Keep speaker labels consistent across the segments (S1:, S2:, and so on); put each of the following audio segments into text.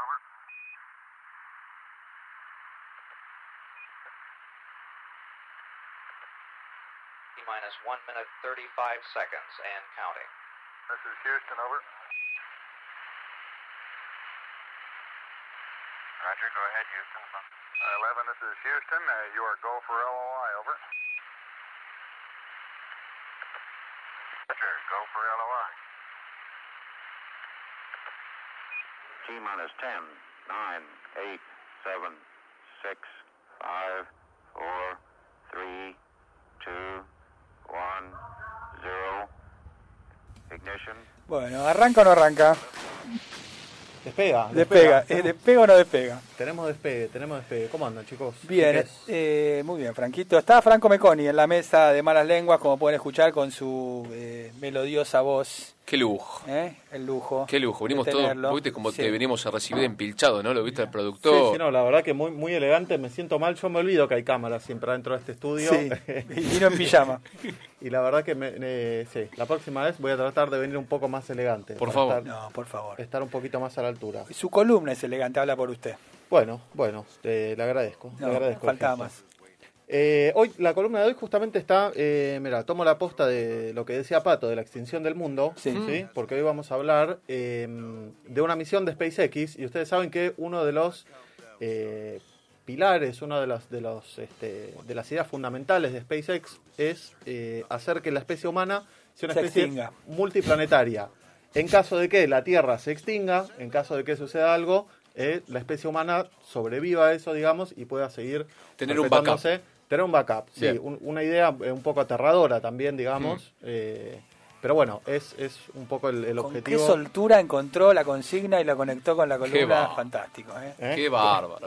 S1: Over.
S2: T minus 1 minute 35 seconds and counting.
S1: This is Houston. Over.
S3: Roger, go ahead, Houston.
S1: Uh, 11, this is Houston. Uh, you are go for LOI. Over.
S3: Roger, go for LOI.
S4: T minus 10, 9, 8, 7, 6, 5, 4, 3, 2, 1, 0. Ignition.
S5: Bueno, ¿arranca o no arranca?
S6: Despega.
S5: Despega. Eh,
S6: Tenemos-
S5: ¿Despega o no despega?
S6: Tenemos despegue, tenemos despegue. ¿Cómo andan, chicos?
S5: Bien,
S6: ¿Qué
S5: eh, muy bien, Franquito. Está Franco Meconi en la mesa de Malas Lenguas, como pueden escuchar, con su eh, melodiosa voz.
S7: Qué lujo.
S5: ¿eh? El lujo.
S7: Qué lujo.
S5: de
S7: Venimos
S5: tenerlo.
S7: todos, viste como
S5: Sí.
S7: te venimos a recibir empilchado, ¿no? Lo viste al
S6: es? Sí,
S7: productor.
S6: sí, no, la verdad que muy, muy elegante, me siento mal, yo me olvido que hay cámaras siempre dentro de este estudio.
S5: Sí, y vino en pijama.
S6: y la verdad que me, eh, sí, la próxima vez voy a tratar de venir un poco más elegante.
S7: Por
S6: para
S7: favor.
S6: Estar,
S5: No, por favor.
S6: estar un poquito más a la altura.
S5: Su columna es elegante, habla por usted.
S6: Bueno, bueno, eh, le agradezco.
S5: No,
S6: le agradezco
S5: faltaba
S6: Houston.
S5: más.
S6: Eh, hoy, la columna de hoy justamente está, eh, mira, tomo la posta de lo que decía Pato, de la extinción del mundo,
S5: Sí. Mm.
S6: porque hoy vamos a hablar eh, de una misión de SpaceX y ustedes saben que uno de los eh, pilares, una de las, de, los, este, de las ideas fundamentales de SpaceX es eh, hacer que la especie humana sea una
S5: Se
S6: especie
S5: extinga.
S6: multiplanetaria. En caso de que la Tierra se extinga, en caso de que suceda algo, eh, la especie humana sobreviva a eso, digamos, y pueda seguir
S7: Tener un
S6: perpetuándose. Tener un backup, sí,
S7: Bien.
S6: un- una idea eh, un poco aterradora también, digamos. eh, pero bueno, es, es un poco el, el
S5: Con qué
S6: objetivo.
S5: soltura encontró la consigna y la conectó con la columna.
S7: va.
S5: Fantástico, ¿eh?
S6: ¿Eh?
S7: Qué bárbaro,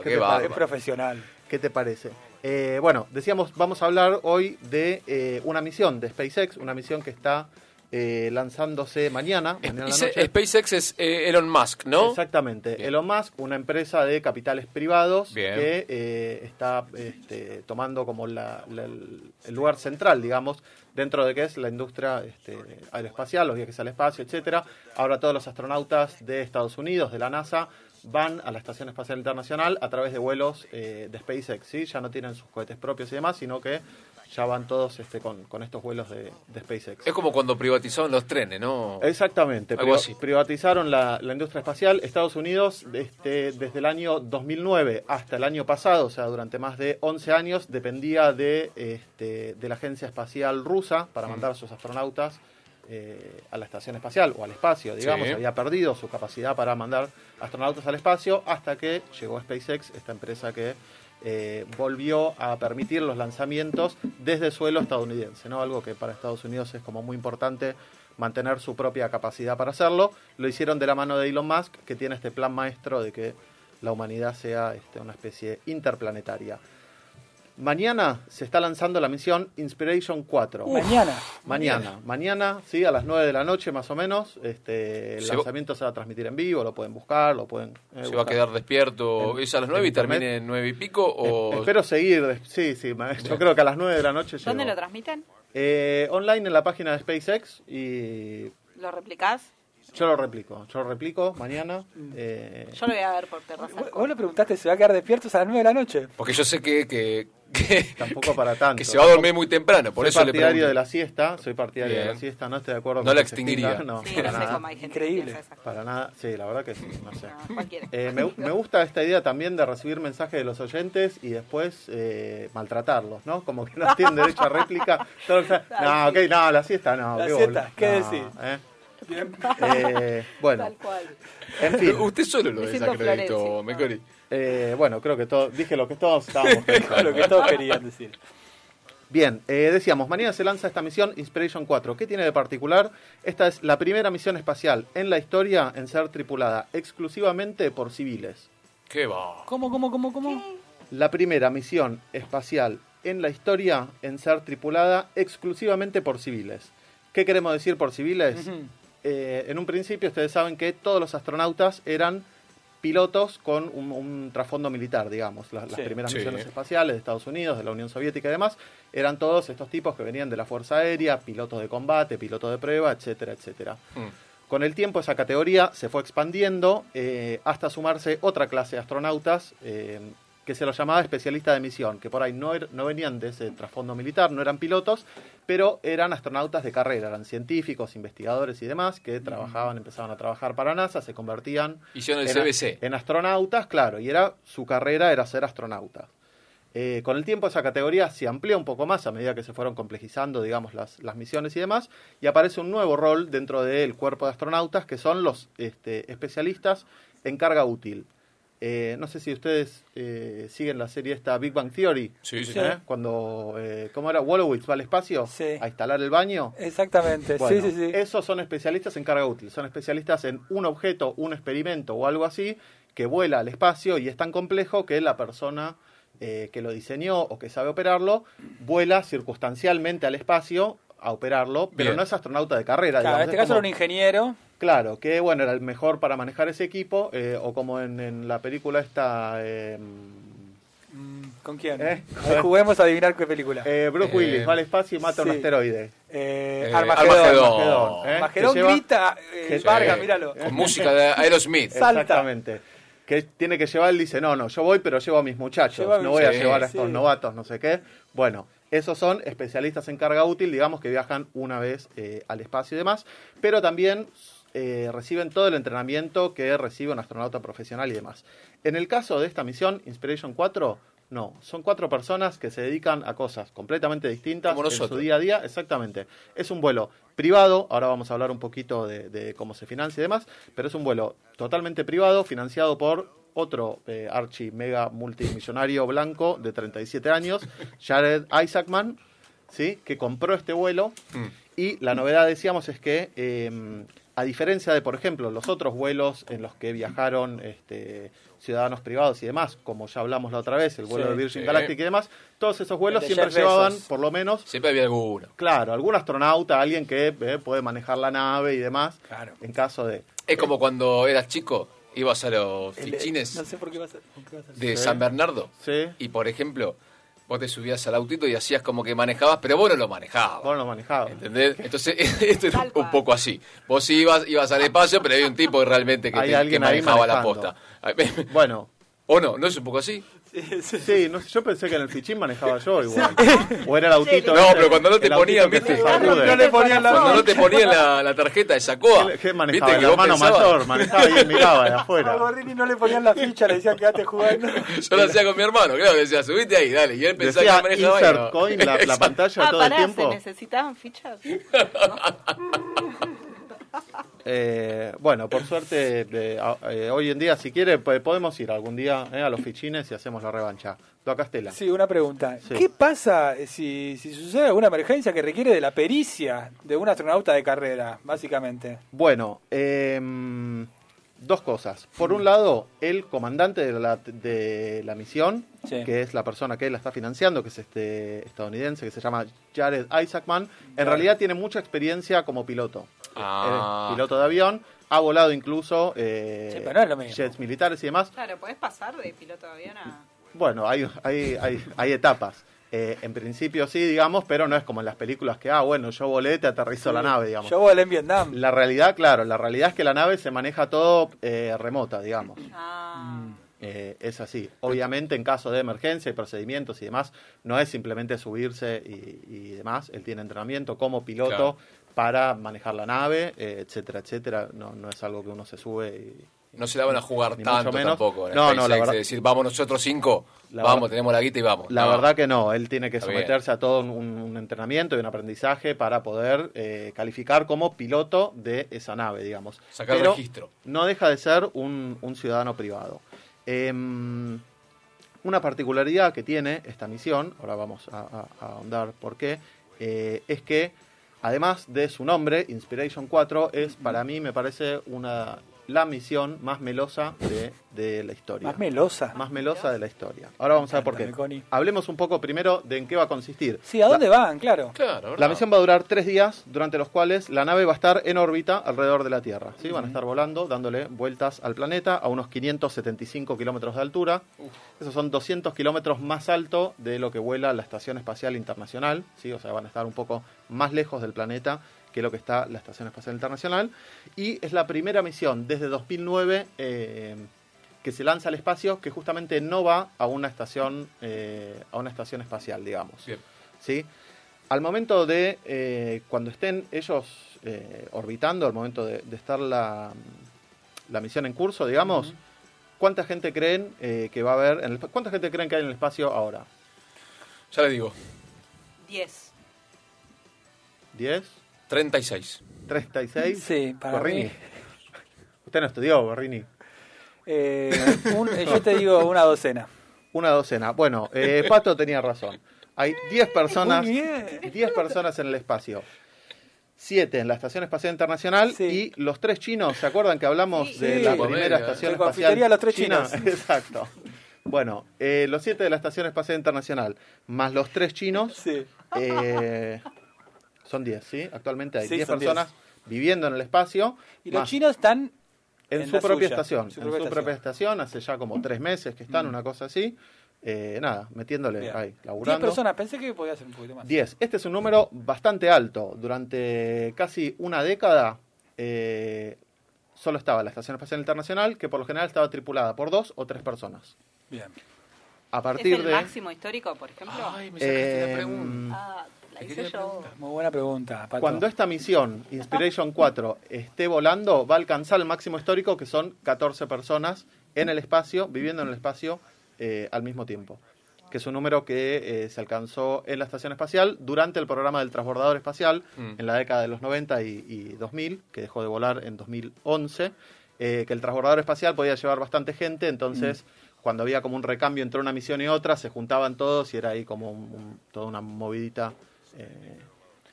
S6: ¿Qué
S7: qué,
S6: te
S5: Es
S6: parece?
S7: bárbaro.
S5: profesional.
S6: ¿Qué te parece? Eh, bueno, decíamos, vamos a hablar hoy de eh, una misión de SpaceX, una misión que está eh, lanzándose mañana. mañana a la
S7: Space-
S6: noche.
S7: SpaceX es eh, Elon Musk, ¿no?
S6: Exactamente.
S7: Bien.
S6: Elon Musk, una empresa de capitales privados
S7: Bien.
S6: que eh, está este, tomando como la- la- el el lugar central, digamos, dentro de que es la industria este, aeroespacial, los viajes al espacio, etcétera. Ahora todos los astronautas de Estados Unidos, de la NASA, van a la Estación Espacial Internacional a través de vuelos eh, de SpaceX. ¿sí? Ya no tienen sus cohetes propios y demás, sino que ya van todos este, con, con estos vuelos de, de SpaceX.
S7: Es como cuando privatizaron los trenes, ¿no?
S6: Exactamente,
S7: Algo
S6: priva-
S7: así.
S6: privatizaron la, la industria espacial. Estados Unidos, este, desde el año 2009 hasta el año pasado, o sea, durante más de 11 años, dependía de, este, de la Agencia Espacial Rusa para mandar a sus astronautas eh, a la estación espacial o al espacio, digamos.
S7: Sí.
S6: Había perdido su capacidad para mandar astronautas al espacio hasta que llegó SpaceX, esta empresa que. eh, volvió a permitir los lanzamientos desde suelo estadounidense, ¿no? Algo que para Estados Unidos es como muy importante mantener su propia capacidad para hacerlo. Lo hicieron de la mano de Elon Musk, que tiene este plan maestro de que la humanidad sea este, una especie interplanetaria. Mañana se está lanzando la misión Inspiration 4.
S5: Mañana.
S6: Mañana, mañana, sí, a las 9 de la noche más o menos. Este, el
S7: Se va-
S6: lanzamiento se va a transmitir en vivo, lo pueden buscar, lo pueden... eh,
S7: Se va a
S6: buscar.
S7: quedar despierto.
S6: En-
S7: ¿Es a las 9 y
S6: en internet.
S7: termina en 9 y pico? O...
S6: Eh, Espero seguir, des- sí, sí, ma- yo creo que a las 9 de la noche
S8: ¿Dónde
S6: llego.
S8: lo transmiten?
S6: Eh, online en la página de SpaceX y
S8: ¿Lo replicás?
S6: Yo lo replico, yo lo replico mañana. eh,
S8: Yo lo voy a ver por terraza.
S5: ¿Vos- Vos le preguntaste si se va a quedar despiertos a las 9 de la noche.
S7: Porque yo sé que, que, que-
S6: Tampoco para tanto.
S7: que se va a dormir muy temprano, por
S6: soy
S7: eso le
S6: partidario
S7: pregunto.
S6: de la siesta, soy partidario de la
S7: Bien.
S6: siesta, no estoy de acuerdo
S7: No
S6: con
S7: la
S6: que se extinga,
S7: extinguiría.
S6: no,
S8: Sí,
S6: para
S8: no sé
S6: nada.
S8: cómo hay gente
S5: Increíble.
S8: que piensa esas
S6: Para nada, sí, la verdad que sí, no sé.
S8: cosas. No, cualquiera.
S6: Eh, me, me gusta esta idea también de recibir mensajes de los oyentes y después eh, maltratarlos, ¿no? Como que no tienen derecho a réplica. Todo el- no, ok, no, la siesta no.
S5: La
S6: qué
S5: siesta,
S6: boludo,
S5: ¿qué
S6: no,
S5: decís?
S6: eh. Eh, bueno,
S8: Tal cual.
S6: en fin.
S7: Usted solo lo
S8: Me siento
S7: desacreditó,
S8: Florencia.
S7: Mecori.
S6: eh, bueno, creo que todo, dije lo que todos estábamos pensando.
S5: Con lo que todos querían decir.
S6: Bien, eh, decíamos, mañana se lanza esta misión Inspiration 4. ¿Qué tiene de particular? Esta es la primera misión espacial en la historia en ser tripulada exclusivamente por civiles.
S7: Qué va.
S5: ¿Cómo, cómo, cómo, cómo?
S6: La primera misión espacial en la historia en ser tripulada exclusivamente por civiles. ¿Qué queremos decir por civiles?
S5: Ujú.
S6: Eh, en un principio ustedes saben que todos los astronautas eran pilotos con un, un trasfondo militar, digamos. La- Las,
S5: Sí.
S6: primeras
S7: Sí.
S6: misiones espaciales de Estados Unidos, de la Unión Soviética y demás, eran todos estos tipos que venían de la Fuerza Aérea, pilotos de combate, pilotos de prueba, etcétera, etcétera. Con el tiempo esa categoría se fue expandiendo eh, hasta sumarse otra clase de astronautas eh, que se los llamaba especialistas de misión, que por ahí no, er- no venían de ese trasfondo militar, no eran pilotos, pero eran astronautas de carrera, eran científicos, investigadores y demás, que trabajaban, empezaban a trabajar para NASA, se convertían
S7: Hicieron el
S6: en-
S7: CBC.
S6: En astronautas, claro, y era su carrera era ser astronauta. Eh, con el tiempo esa categoría se amplió un poco más a medida que se fueron complejizando, digamos, las, las misiones y demás, y aparece un nuevo rol dentro del cuerpo de astronautas que son los este, especialistas en carga útil. Eh, no sé si ustedes eh, siguen la serie esta Big Bang Theory,
S7: Sí, sí.
S5: Sí.
S6: ¿eh? cuando, eh, ¿cómo era? Wolowitz va al espacio
S5: Sí.
S6: a instalar el baño.
S5: Exactamente,
S6: Bueno,
S5: sí, sí, sí.
S6: Esos son especialistas en carga útil, son especialistas en un objeto, un experimento o algo así que vuela al espacio y es tan complejo que la persona eh, que lo diseñó o que sabe operarlo vuela circunstancialmente al espacio a operarlo, pero
S7: Bien.
S6: no es astronauta de carrera.
S5: Claro,
S6: digamos,
S5: en este
S6: es
S5: caso
S6: como-
S5: era un ingeniero.
S6: Claro, que bueno, era el mejor para manejar ese equipo, eh, o como en, en la película esta, eh,
S5: Mm, ¿Con quién?
S6: Eh.
S5: Ahí juguemos a adivinar qué película.
S6: eh, Bruce
S7: Eh,
S6: Willis va al espacio y mata un
S5: sí.
S6: asteroide.
S5: Eh,
S7: Eh,
S5: Armagedón.
S7: Armagedón.
S5: Armagedón,
S7: Armagedón,
S6: ¿eh? Que lleva-
S5: grita. eh,
S6: que-
S5: Vargas,
S6: eh,
S5: míralo.
S7: Con música de Aerosmith.
S5: Salta.
S6: Exactamente. Que tiene que llevar, él dice, no, no, yo voy, pero llevo a mis muchachos,
S5: Lleva a
S6: no
S5: mis-
S6: voy a
S7: Sí,
S6: llevar a estos
S5: sí.
S6: novatos, no sé qué. Bueno, esos son especialistas en carga útil, digamos que viajan una vez eh, al espacio y demás, pero también eh, reciben todo el entrenamiento que recibe un astronauta profesional y demás. En el caso de esta misión, Inspiration 4, no, son cuatro personas que se dedican a cosas completamente distintas
S7: Como
S6: en su
S7: nosotros.
S6: día a día, exactamente. Es un vuelo privado, ahora vamos a hablar un poquito de, de cómo se financia y demás, pero es un vuelo totalmente privado, financiado por otro eh, archi mega multimillonario blanco de 37 años, Jared Isaacman, ¿sí? que compró este vuelo
S5: Mm.
S6: y la novedad, decíamos, es que eh, a diferencia de, por ejemplo, los otros vuelos en los que viajaron este, ciudadanos privados y demás, como ya hablamos la otra vez, el vuelo
S5: Sí.
S6: de Virgin
S7: Sí.
S6: Galactic y demás, todos esos vuelos
S5: El de
S6: siempre
S5: Jeff
S6: llevaban,
S5: Bezos.
S6: por lo menos,
S7: Siempre había alguno.
S6: Claro, algún astronauta, alguien que eh, puede manejar la nave y demás.
S5: Claro.
S6: En caso de.
S7: Es como cuando eras chico, ibas a los
S5: El- Eh, No
S7: fichines
S5: sé por qué vas a. por qué vas a-
S7: de
S6: Sí.
S7: San Bernardo.
S6: Sí.
S7: Y por ejemplo, vos te subías al autito y hacías como que manejabas, pero vos no lo manejabas.
S6: Vos lo manejabas.
S7: ¿Entendés? Entonces, esto era un,
S8: Tal
S7: un
S8: cual.
S7: poco así. Vos ibas, ibas al espacio, pero había un tipo que realmente que,
S6: Hay
S7: te- que
S6: alguien ahí
S7: manejaba la
S6: manejando.
S7: posta. Ay,
S6: Bueno,
S7: ¿O no? ¿No es un poco así?
S6: sí, no sé, yo pensé que en el fichín manejaba yo igual. O era el autito.
S7: No,
S6: ese,
S7: pero cuando no te
S6: el autito
S7: ponían,
S6: que
S7: ¿viste?
S6: se sacude.
S5: No le ponían la
S7: Cuando no te ponían la, la tarjeta de Sacoa.
S6: ¿Qué- ¿Qué manejaba?
S7: viste
S6: El
S7: que vos
S6: hermano
S7: pensabas-
S6: mayor manejaba y él miraba de
S5: A
S6: afuera.
S5: Gorrini no le ponían la ficha, le decían quédate jugando.
S7: Yo lo hacía con mi hermano, claro, le decía, subite ahí, dale. Y él pensaba
S6: Decía
S7: que manejaba y
S6: insert
S7: no.
S6: coin la, la pantalla
S8: Ah,
S6: todo el
S8: pará, ¿se
S6: tiempo.
S8: necesitaban fichas?
S6: Eh, bueno, por suerte, eh, a- eh, hoy en día, si quiere, po- podemos ir algún día eh, a los fichines y hacemos la revancha. Do a Castela.
S5: Sí, una pregunta.
S6: Sí.
S5: ¿Qué pasa si, si sucede alguna emergencia que requiere de la pericia de un astronauta de carrera, básicamente?
S6: Bueno, em, dos cosas. Por un lado, el comandante de la, de la misión,
S5: Sí.
S6: que es la persona que la está financiando, que es este estadounidense, que se llama Jared Isaacman, en
S5: Claro.
S6: realidad tiene mucha experiencia como piloto.
S7: Ah.
S6: Es piloto de avión, ha volado incluso eh,
S5: Sí, pero no es lo mismo.
S6: jets militares y demás.
S8: Claro, podés pasar de piloto de avión a...
S6: Bueno, hay, hay, hay, hay etapas. Eh, en principio sí, digamos, pero no es como en las películas que, ah, bueno, yo volé, te aterrizo la nave, digamos.
S5: Yo volé en Vietnam.
S6: La realidad, claro, la realidad es que la nave se maneja todo eh, remota, digamos.
S8: Ah,
S6: Eh, es así. Obviamente, en caso de emergencia y procedimientos y demás, no es simplemente subirse y, y demás. Él tiene entrenamiento como piloto
S7: Claro.
S6: para manejar la nave, eh, etcétera, etcétera. No, no es algo que uno se sube y.
S7: No se la van a jugar
S6: Ni mucho
S7: tanto
S6: menos.
S7: tampoco. en
S6: No, no,
S7: SpaceX,
S6: la verdad-
S7: de decir, vamos nosotros cinco,
S6: La
S7: vamos,
S6: verdad-
S7: tenemos la guita y vamos.
S6: La
S7: No.
S6: verdad que no, él tiene que
S7: Está bien.
S6: someterse a todo un, un entrenamiento y un aprendizaje para poder eh, calificar como piloto de esa nave, digamos.
S7: Sacar
S6: Pero
S7: registro.
S6: No deja de ser un, un ciudadano privado. Em, una particularidad que tiene esta misión, ahora vamos a, a- a ahondar por qué, eh, es que además de su nombre, Inspiration 4, es para mí, me parece, una la misión más melosa de, de la historia
S5: Más melosa.
S6: más melosa de la historia. Ahora vamos a ver por qué.
S5: Cántame, Connie.
S6: Hablemos un poco primero de en qué va a consistir.
S5: Sí, ¿a dónde van? Claro.
S7: Claro,
S6: La,
S7: ¿verdad?
S6: la misión va a durar tres días, durante los cuales la nave va a estar en órbita alrededor de la Tierra. ¿sí? Van a estar volando, dándole vueltas al planeta a unos 575 kilómetros de altura. Esos son 200 kilómetros más alto de lo que vuela la Estación Espacial Internacional. ¿sí? O sea, van a estar un poco más lejos del planeta que es lo que está la Estación Espacial Internacional. Y es la primera misión desde 2009 eh, que se lanza al espacio que justamente no va a una estación, eh, a una estación espacial, digamos.
S7: Bien.
S6: ¿Sí? Al momento de eh, cuando estén ellos eh, orbitando, al momento de, de estar la, la misión en curso, digamos, ¿cuánta gente creen eh, que va a haber? En el, ¿Cuánta gente creen que hay en el espacio ahora?
S7: Ya le digo,
S8: 10.
S6: ¿10?
S7: 36.
S6: ¿36?
S5: Sí, para
S6: Borrini.
S5: mí.
S6: Usted no estudió, Borrini.
S5: Eh, un- eh, yo te digo una docena.
S6: Una docena. Bueno, eh, Pato tenía razón. Hay 10 personas,
S5: Muy bien.
S6: 10 personas en el espacio. 7 en la Estación Espacial Internacional
S5: Sí.
S6: y los tres chinos, ¿se acuerdan que hablamos
S8: Sí.
S6: de
S5: Sí.
S6: la
S5: Comedia,
S6: primera
S7: ¿eh?
S6: Estación
S5: De
S6: Espacial?
S5: confitería a los tres
S6: china?
S5: chinos.
S6: Exacto. Bueno, eh, los 7 de la Estación Espacial Internacional más los tres chinos
S5: Sí.
S6: eh, son 10, ¿sí? Actualmente hay
S5: Sí,
S6: 10
S5: son
S6: personas viviendo en el espacio.
S5: Y los
S6: más-
S5: chinos están
S6: en,
S5: En
S6: su
S5: la
S6: propia
S5: suya,
S6: estación.
S5: en su
S6: en
S5: propia Mm.
S6: su propia estación, hace ya como tres meses que están, una cosa así. Eh, nada, metiéndole
S5: Bien.
S6: ahí,
S5: 10
S6: laburando.
S5: personas. Pensé que podía ser un poquito más.
S6: 10. Este es un número bastante alto. Durante casi una década eh, solo estaba la Estación Espacial Internacional, que por lo general estaba tripulada por dos o tres personas.
S5: Bien.
S6: A
S8: ¿Es
S6: partir
S8: el
S6: de.
S8: máximo histórico, por ejemplo?
S7: Ay, me sacaste
S6: eh,
S7: la pregunta.
S8: ah, la
S7: Te
S8: hice
S7: quería
S8: yo.
S5: Muy buena pregunta, Pato.
S6: Cuando esta misión, Inspiration 4, esté volando, va a alcanzar el máximo histórico, que son 14 personas en el espacio, viviendo en el espacio eh, al mismo tiempo. Que es un número que eh, se alcanzó en la estación espacial durante el programa del transbordador espacial
S7: Mm.
S6: en la década de los 90 y, y 2000, que dejó de volar en 2011. eh, que el transbordador espacial podía llevar bastante gente, entonces cuando había como un recambio entre una misión y otra, se juntaban todos y era ahí como un- un- toda una movidita. eh,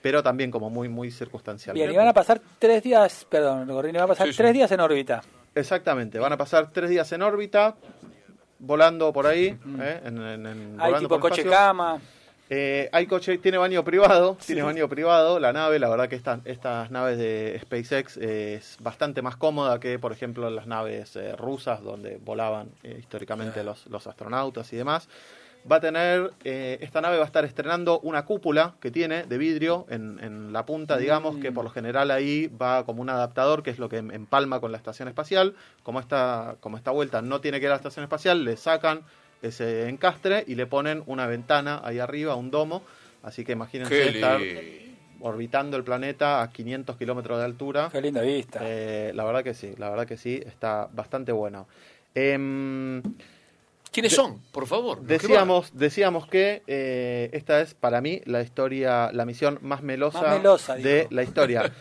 S6: pero también como muy muy circunstancial.
S5: Bien, y van a pasar tres días, perdón, Gorrini, van a pasar
S7: Sí, sí.
S5: tres días en órbita.
S6: Exactamente, van a pasar tres días en órbita, volando por ahí, ¿eh? en, en- en-
S5: Hay
S6: volando
S5: tipo
S6: por el
S5: coche
S6: espacio.
S5: cama.
S6: Eh, hay coche, tiene baño privado, tiene baño privado, la nave, la verdad que estas, estas naves de SpaceX eh, es bastante más cómoda que, por ejemplo, las naves eh, rusas donde volaban eh, históricamente los, los astronautas y demás. Va a tener, eh, esta nave va a estar estrenando una cúpula que tiene de vidrio en, en la punta, digamos,
S7: Mm.
S6: que por lo general ahí va como un adaptador, que es lo que em- empalma con la estación espacial. Como esta, como esta vuelta no tiene que ir a la estación espacial, le sacan ese encastre y le ponen una ventana ahí arriba, un domo. Así que imagínense
S7: Qué
S6: estar
S7: lindo.
S6: orbitando el planeta a 500 kilómetros de altura.
S5: Qué linda vista.
S6: Eh, la verdad que sí, la verdad que sí, está bastante bueno. Em,
S7: ¿Quiénes son? Por favor. los que
S6: decíamos, decíamos que eh, esta es para mí la historia, la misión más melosa,
S5: Más melosa,
S6: de
S5: dijo.
S6: la historia.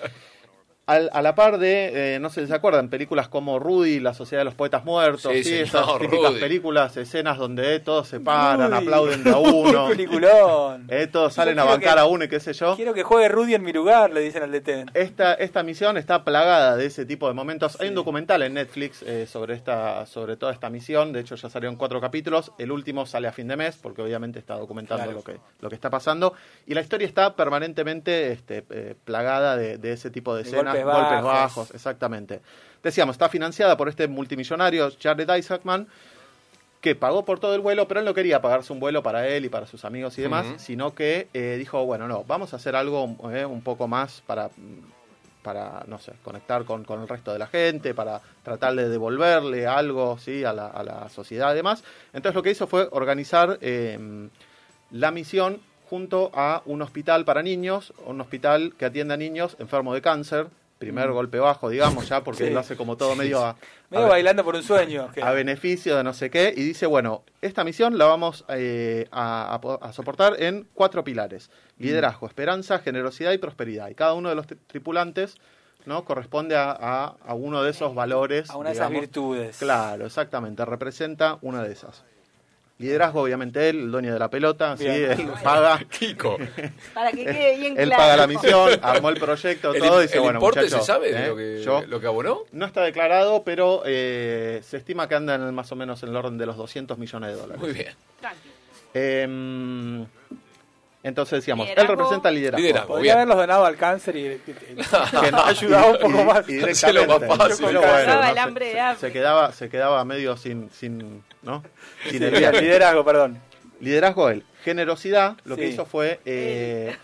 S6: Al- a la par de, eh, no sé si se acuerdan, películas como Rudy, La Sociedad de los Poetas Muertos,
S7: Sí,
S6: ¿sí?
S7: señor,
S6: esas típicas
S7: Rudy.
S6: películas, escenas donde eh, todos se paran,
S5: Uy,
S6: aplauden de a uno,
S5: uy, peliculón.
S6: eh, todos salen a
S5: quiero
S6: bancar
S5: que-
S6: a uno y qué sé yo.
S5: Quiero que juegue Rudy en mi lugar, le dicen al DT.
S6: Esta, esta misión está plagada de ese tipo de momentos. Hay un documental en Netflix eh, sobre, esta, sobre toda esta misión. De hecho, ya salieron cuatro capítulos. El último sale a fin de mes, porque obviamente está documentando
S5: Claro.
S6: lo, que, lo que está pasando. Y la historia está permanentemente este, eh, plagada de, de ese tipo de
S5: De
S6: escenas,
S5: golpes
S6: golpes,
S5: bajos.
S6: bajos. exactamente. Decíamos, está financiada por este multimillonario Jared Isaacman, que pagó por todo el vuelo, pero él no quería pagarse un vuelo para él y para sus amigos y demás,
S7: Ujú.
S6: sino que eh, dijo, bueno, no, vamos a hacer algo eh, un poco más para, mm, para no sé, conectar con, con el resto de la gente, para tratar de devolverle algo ¿sí? a, la, a la sociedad y demás. Entonces lo que hizo fue organizar eh, la misión junto a un hospital para niños, un hospital que atienda a niños enfermos de cáncer, primer golpe bajo, digamos, ya, porque
S5: Mm. Sí.
S6: lo hace como todo medio a...
S5: Medio
S6: a-
S5: bailando por un sueño. que-
S6: a beneficio de no sé qué, y dice, bueno, esta misión la vamos eh, a, a po- a soportar en cuatro pilares.
S7: Mm.
S6: Liderazgo, esperanza, generosidad y prosperidad. Y cada uno de los tri- tripulantes no corresponde a, a- a uno de esos valores.
S5: a una de esas
S6: digamos.
S5: virtudes.
S6: Claro, exactamente, representa una de esas. Liderazgo, obviamente, él, el dueño de la pelota, sí,
S5: Bien.
S6: él paga,
S7: Van. Kiko.
S8: Para que quede bien
S6: él
S8: claro.
S6: paga la misión, armó el proyecto,
S7: El,
S6: todo, y
S7: el
S6: dice, bueno,
S7: importe
S6: muchachos,
S7: se sabe de
S6: ¿eh?
S7: lo, que,
S6: yo
S7: lo que abonó?
S6: no está declarado, pero eh, se estima que anda en el- más o menos en el orden de los 200 millones de dólares.
S7: Muy bien.
S8: Tranqui.
S6: Em, entonces decíamos, él
S8: Liderazgo.
S6: representa el liderazgo.
S7: Liderazgo.
S5: Podría
S7: Bien.
S5: haberlos donado al cáncer y.
S6: Que no
S5: Ayudaba un poco
S6: y-
S5: más.
S6: y
S7: Se lo más
S6: directamente.
S7: fácil.
S6: Pero
S5: Cagaba
S6: bueno,
S8: el
S6: no,
S8: hambre
S6: se-
S8: de hambre.
S6: Se quedaba, se quedaba medio sin, sin, ¿no? Sin el
S5: liderazgo, perdón.
S6: Liderazgo él. Generosidad, lo que
S5: Sí.
S6: hizo fue eh,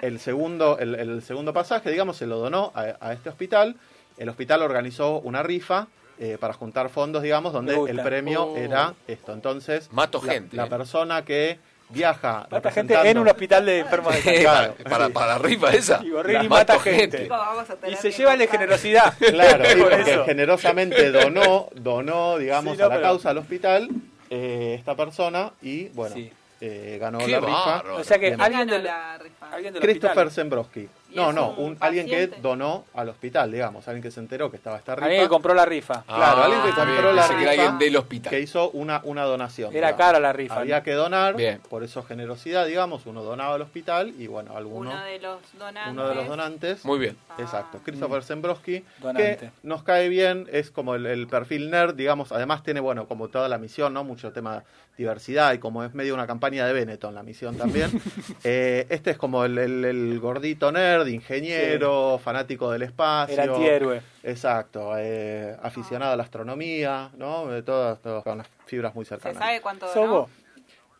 S6: el, segundo, el, el segundo pasaje, digamos, se lo donó a, a este hospital. El hospital organizó una rifa eh, para juntar fondos, digamos, donde
S5: Me gusta. Uh.
S6: el premio
S7: Oh.
S6: era esto. Entonces,
S7: Mato
S6: la,
S7: gente,
S6: la
S7: eh.
S6: persona que viaja
S5: Mata gente en
S6: representando-
S5: un hospital de enfermos de
S7: Eh,
S5: cáncer.
S6: Claro.
S7: para, para, para la rifa esa.
S5: Y Gorrini
S7: la
S5: mata
S7: mato
S5: gente.
S8: Tipo, vamos a tener
S5: Y se
S8: que
S5: lleva la
S8: cortar.
S5: generosidad.
S6: Claro, sí,
S5: Por
S6: porque
S5: eso.
S6: generosamente donó, donó, digamos,
S5: Sí, no,
S6: a la
S5: pero-
S6: causa al hospital eh, esta persona y, bueno,
S5: Sí.
S6: eh, ganó
S7: Qué
S6: la rifa.
S7: bárbaro.
S5: O sea que
S6: Bien.
S5: alguien
S8: Ganó
S5: del,
S8: la rifa.
S5: alguien del
S6: Christopher
S5: hospital.
S6: Zembrowski.
S8: Y
S6: No,
S8: es
S6: no,
S8: un
S6: un, alguien que
S8: paciente.
S6: donó al hospital, digamos, alguien que se enteró que estaba esta rifa. Ah,
S5: Alguien que compró la rifa.
S6: Claro, alguien que
S7: está
S6: compró
S7: Ah, bien,
S6: la
S7: pensé que era
S6: rifa
S7: alguien del hospital.
S6: que hizo una, una donación.
S5: Era
S6: digamos.
S5: cara la rifa.
S6: Había que donar,
S7: Bien.
S6: por eso generosidad, digamos, uno donaba al hospital y bueno, alguno,
S8: Uno de los donantes.
S6: uno de los donantes
S7: Muy bien.
S6: Exacto, Christopher Zembrowski,
S5: Ah, Donante.
S6: que nos cae bien, es como el, el perfil nerd, digamos, además tiene, bueno, como toda la misión, ¿no? Mucho tema de diversidad y como es medio una campaña de Benetton la misión también. Eh, este es como el, el- el gordito nerd, ingeniero, fanático del espacio.
S5: Era antihéroe.
S6: Exacto, eh, aficionado a la astronomía, ¿no? De todas, todas con las fibras muy
S8: ¿Se
S6: cercanas.
S8: sabe cuánto
S5: Sos
S8: donó?
S5: vos.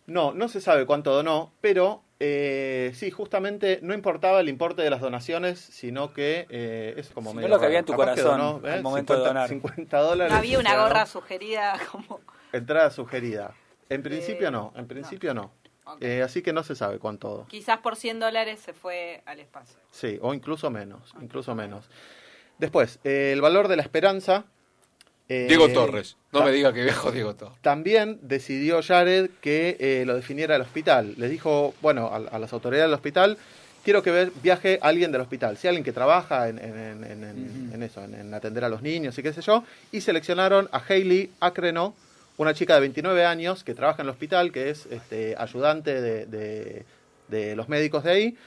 S6: No, no se sabe cuánto donó, pero eh, sí, justamente no importaba el importe de las donaciones, sino que eh, es como
S5: Sino
S6: medio
S5: lo que
S6: raro.
S5: había en tu
S6: Capaz que
S5: corazón
S6: donó,
S5: al momento de donar.
S6: 50 dólares.
S8: No había
S6: y
S8: una
S6: se
S8: gorra
S6: ganó
S8: sugerida como...
S6: Entrada sugerida. En principio
S8: Eh,
S6: no, en principio no.
S8: Ok.
S6: Eh, así que no se sabe cuánto.
S8: Quizás por 100 dólares se fue al espacio.
S6: Sí, o incluso menos, incluso menos. Después, eh, el valor de la esperanza. eh,
S7: Diego Torres. No
S6: ta-
S7: me diga que viejo Diego Torres.
S6: También decidió Jared que eh, lo definiera el hospital. Le dijo, bueno, a, a las autoridades del hospital, quiero que ve- viaje alguien del hospital, sea alguien que trabaja en, en- en- en- en- en eso, en, en atender a los niños y qué sé yo. Y seleccionaron a Hailey Acreno, una chica de 29 años que trabaja en el hospital, que es este, ayudante de, de- de los médicos de ahí,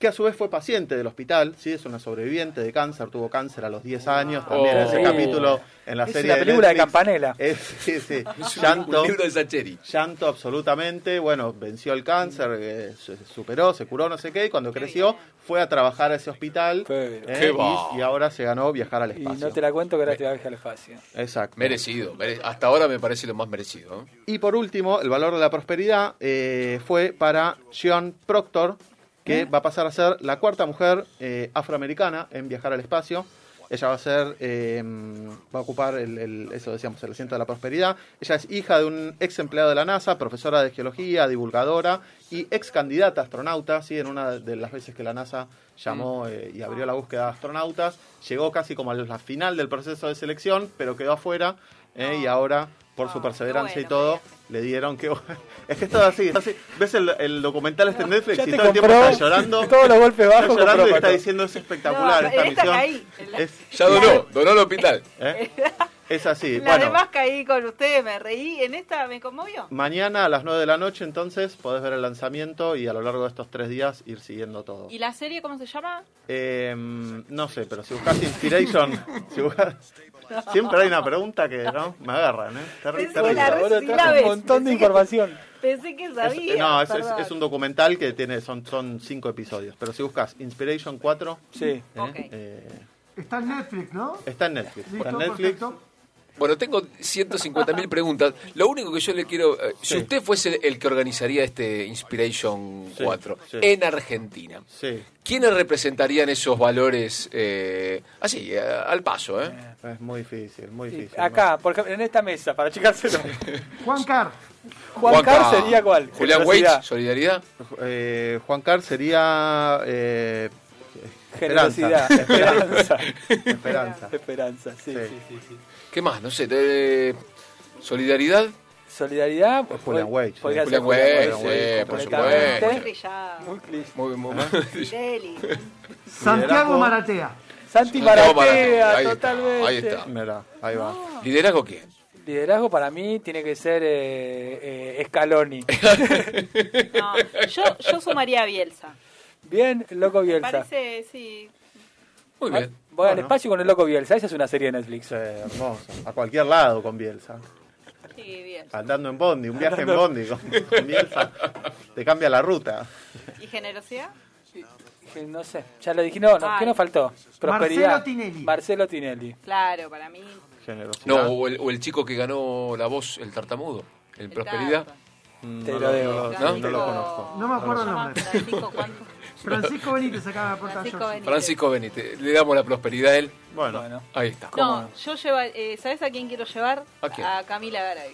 S6: que a su vez fue paciente del hospital, sí, es una sobreviviente de cáncer, tuvo cáncer a los 10 años, también
S7: Oh.
S6: ese capítulo en la
S5: es
S6: serie
S5: la película de,
S6: Netflix.
S5: Campanella.
S6: Es- Eh, sí, sí.
S7: Un
S6: Llanto,
S7: libro de Sacheri.
S6: llanto absolutamente. Bueno, venció el cáncer, eh, se superó, se curó, no sé qué. Y cuando creció, fue a trabajar a ese hospital.
S5: Fue-
S6: eh,
S7: Qué
S6: y-
S7: va.
S6: y, ahora se ganó viajar al
S5: y
S6: espacio.
S5: no te la cuento que ahora te va a viajar al espacio.
S6: Exacto.
S7: Merecido. mere- Hasta ahora me parece lo más merecido. ¿eh?
S6: Y por último, el valor de la prosperidad eh, fue para John Proctor, que va a pasar a ser la cuarta mujer eh, afroamericana en viajar al espacio. Ella va a ser, eh, va a ocupar el, el- eso decíamos, el asiento de la prosperidad. Ella es hija de un ex empleado de la NASA, profesora de geología, divulgadora y ex candidata a astronauta. ¿sí? En una de las veces que la NASA llamó eh, y abrió la búsqueda de astronautas, llegó casi como a la final del proceso de selección, pero quedó afuera eh, y ahora por su
S8: Ah,
S6: perseverancia
S8: qué
S6: y todo,
S8: bueno,
S6: le dieron que... Es que es todo así, es así. ¿Ves el, el documental este en Netflix?
S5: Ya
S6: y
S5: te
S6: todo el tiempo
S5: compró
S6: está llorando,
S5: todos los golpes
S6: está
S5: bajos.
S6: llorando y
S5: compró
S6: está
S5: Paco.
S6: diciendo es espectacular
S8: No,
S6: esta
S8: esta
S6: misión.
S8: caí, en la-
S6: Es,
S7: Ya donó. Donó el hospital.
S6: ¿eh? Es así.
S8: La
S6: bueno,
S8: demás caí con ustedes, me reí. En esta me conmovió.
S6: mañana a las 9 de la noche entonces podés ver el lanzamiento y a lo largo de estos tres días ir siguiendo todo.
S8: ¿Y la serie cómo se llama?
S6: Eh, no sé, pero si buscas Inspiration, si buscas- siempre hay una pregunta que no me agarran. ¿eh? Terri-
S8: Es
S6: terrible.
S8: una re-
S5: Ahora
S8: sí,
S5: trajo
S8: la
S5: un
S8: ves,
S5: montón de
S8: pensé que-
S5: información.
S8: Pensé que
S6: Es- eh,
S8: sabía.
S6: no, es, es-
S8: perdón.
S6: es un documental que tiene son, son cinco episodios. Pero si buscas Inspiration 4,
S5: Sí.
S6: ¿eh?
S8: Ok.
S6: Eh,
S9: Está en Netflix, ¿no?
S6: está en Netflix.
S9: Listo,
S6: Está en Netflix.
S9: perfecto.
S7: Bueno, tengo 150.000 preguntas. Lo único que yo le quiero... eh, Si
S6: Sí.
S7: usted fuese el que organizaría este Inspiration
S6: Sí,
S7: 4
S6: sí.
S7: en Argentina,
S6: Sí,
S7: ¿quiénes representarían esos valores eh, así, eh, al paso? Eh?
S6: es muy difícil, muy
S5: Y
S6: difícil.
S5: acá, por ejemplo, en esta mesa, para chicárselo.
S9: Juan Carr.
S5: Juan Carlos
S7: Juanca,
S5: sería cuál?
S7: Julián
S5: Generosidad.
S7: Weich, Solidaridad.
S6: ¿no? Eh, Juan Carr sería eh,
S5: Generosidad. Esperanza.
S6: Esperanza. Esperanza.
S5: Esperanza, sí,
S6: Sí.
S5: sí, sí, sí.
S7: ¿Qué más? No sé. eh, Solidaridad.
S5: Solidaridad.
S6: Pues Julian Weich, sí.
S5: podría ser
S7: Julián Weich,
S5: Julián
S6: Weich,
S7: sí, por
S5: completamente.
S7: supuesto.
S8: Muy trillado.
S5: Muy cliché.
S7: Muy, muy,
S8: Deli.
S9: Santiago Maratea.
S5: Santi
S7: Santiago Maratea,
S5: Maratea,
S7: ahí está,
S5: totalmente.
S7: ahí está.
S6: Mira, ahí va.
S7: ¿Liderazgo quién?
S5: Liderazgo para mí tiene que ser eh, eh, Scaloni.
S8: No, yo, yo sumaría a Bielsa.
S5: Bien, el loco Bielsa.
S8: Parece, sí.
S7: Muy bien.
S5: Ah, Voy al
S6: Bueno.
S5: espacio con el loco Bielsa. Esa es una serie de Netflix.
S6: Sí, eh, hermoso. A cualquier lado con Bielsa.
S8: Sí, Bielsa.
S6: Andando en Bondi, un viaje en Bondi con, con Bielsa. Te cambia la ruta.
S8: ¿Y generosidad?
S5: Que No sé, ya lo dije. No, no,
S8: Ay.
S5: ¿qué nos faltó? Prosperidad.
S9: Marcelo Tinelli.
S5: Marcelo Tinelli.
S8: Claro, para mí.
S6: Generosidad.
S7: No, o el, o el chico que ganó la voz, el tartamudo, el
S8: el
S7: Prosperidad.
S8: Tata.
S5: Te
S6: Mm, no
S5: lo debo.
S6: no
S8: Francisco-
S6: no lo conozco.
S9: No me acuerdo
S8: ¿Cómo
S9: el
S8: se llama?
S9: nombre.
S8: Francisco, ¿cuánto?
S9: Francisco Benítez acaba de aportar
S8: Francisco
S9: George.
S8: Benítez.
S7: Francisco Benítez, le damos la prosperidad a él.
S6: Bueno,
S5: Bueno,
S7: Ahí está.
S5: ¿Cómo
S8: No,
S5: no?
S8: yo llevo, eh, ¿sabes a quién quiero llevar?
S7: ¿A quién?
S8: Camila Garay.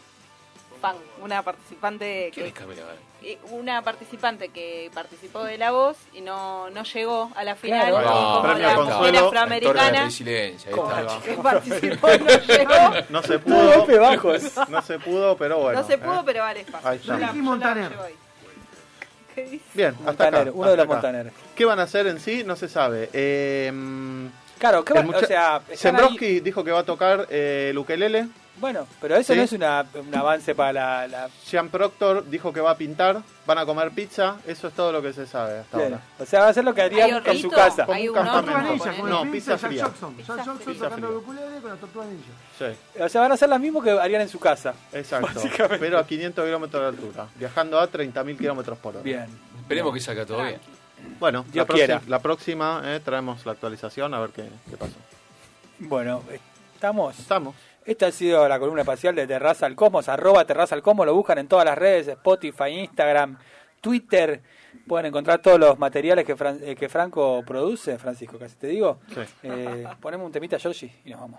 S8: Fan, una participante
S7: ¿Quién es
S8: que,
S7: Camila Garay?
S8: eh, una participante que participó de La Voz y no, no llegó a la final.
S5: Claro,
S8: y
S5: ahí va.
S8: como
S6: Premio
S8: la
S6: Consuelo,
S8: era
S7: Actor de
S8: afroamericana
S7: resiliencia, ahí
S5: ¿Cómo
S7: está.
S5: no?
S7: ahí va.
S8: que participó y no llegó.
S6: no se
S5: Todo
S6: pudo.
S5: golpe bajos.
S6: No se pudo, pero bueno.
S8: no se pudo,
S6: ¿eh?
S8: pero vale espacio.
S6: Ahí está.
S8: Yo la-
S9: Ricky
S8: yo la
S9: Montaner.
S8: llevo ahí. ¿Qué dice?
S6: Bien, hasta acá.
S5: Montaner, uno de los
S6: hasta acá.
S5: Montaner.
S6: ¿Qué van a hacer en sí? No se sabe. Eh,
S5: Claro, ¿qué va-
S6: El mucha-
S5: o sea, están ahí-
S6: Sembroski dijo que va a tocar eh, el ukelele.
S5: Bueno, pero eso
S6: Sí.
S5: no es una- un avance para la, la-
S6: Sean Proctor dijo que va a pintar. Van a comer pizza. Eso es todo lo que se sabe hasta
S5: Bien.
S6: ahora.
S5: O sea, va a hacer lo que
S8: Hay
S5: haría en
S8: hornito,
S5: su casa.
S8: Hay un
S6: Como un
S9: Tortuga
S6: campamento.
S8: horno.
S9: Ninja, con
S6: No,
S9: el
S6: pizza
S9: Pizza
S6: fría.
S9: Jackson.
S8: Pizza
S9: Jack Jackson
S8: fría.
S9: tocando el
S6: Pizza
S9: ukulele con la tortuga ninja.
S6: Sí,
S5: O sea, van a hacer las mismo que harían en su casa.
S6: exacto.
S5: Básicamente.
S6: Pero a 500 kilómetros de altura. Viajando a 30.000 kilómetros por hora.
S5: Bien.
S7: Esperemos que salga todo bien.
S6: Bueno, la,
S5: Dios
S6: próxima-
S5: quiera.
S6: la próxima eh, traemos la actualización a ver qué, qué pasó.
S5: Bueno, estamos.
S6: Estamos.
S5: Esta ha sido la columna espacial de Terraza al Cosmos, arroba Terraza al Cosmos, lo buscan en todas las redes, Spotify, Instagram, Twitter. Pueden encontrar todos los materiales que, Fran- eh, que Franco produce, Francisco, casi te digo.
S6: Sí.
S5: Eh, ponemos un temita Yoshi y nos vamos.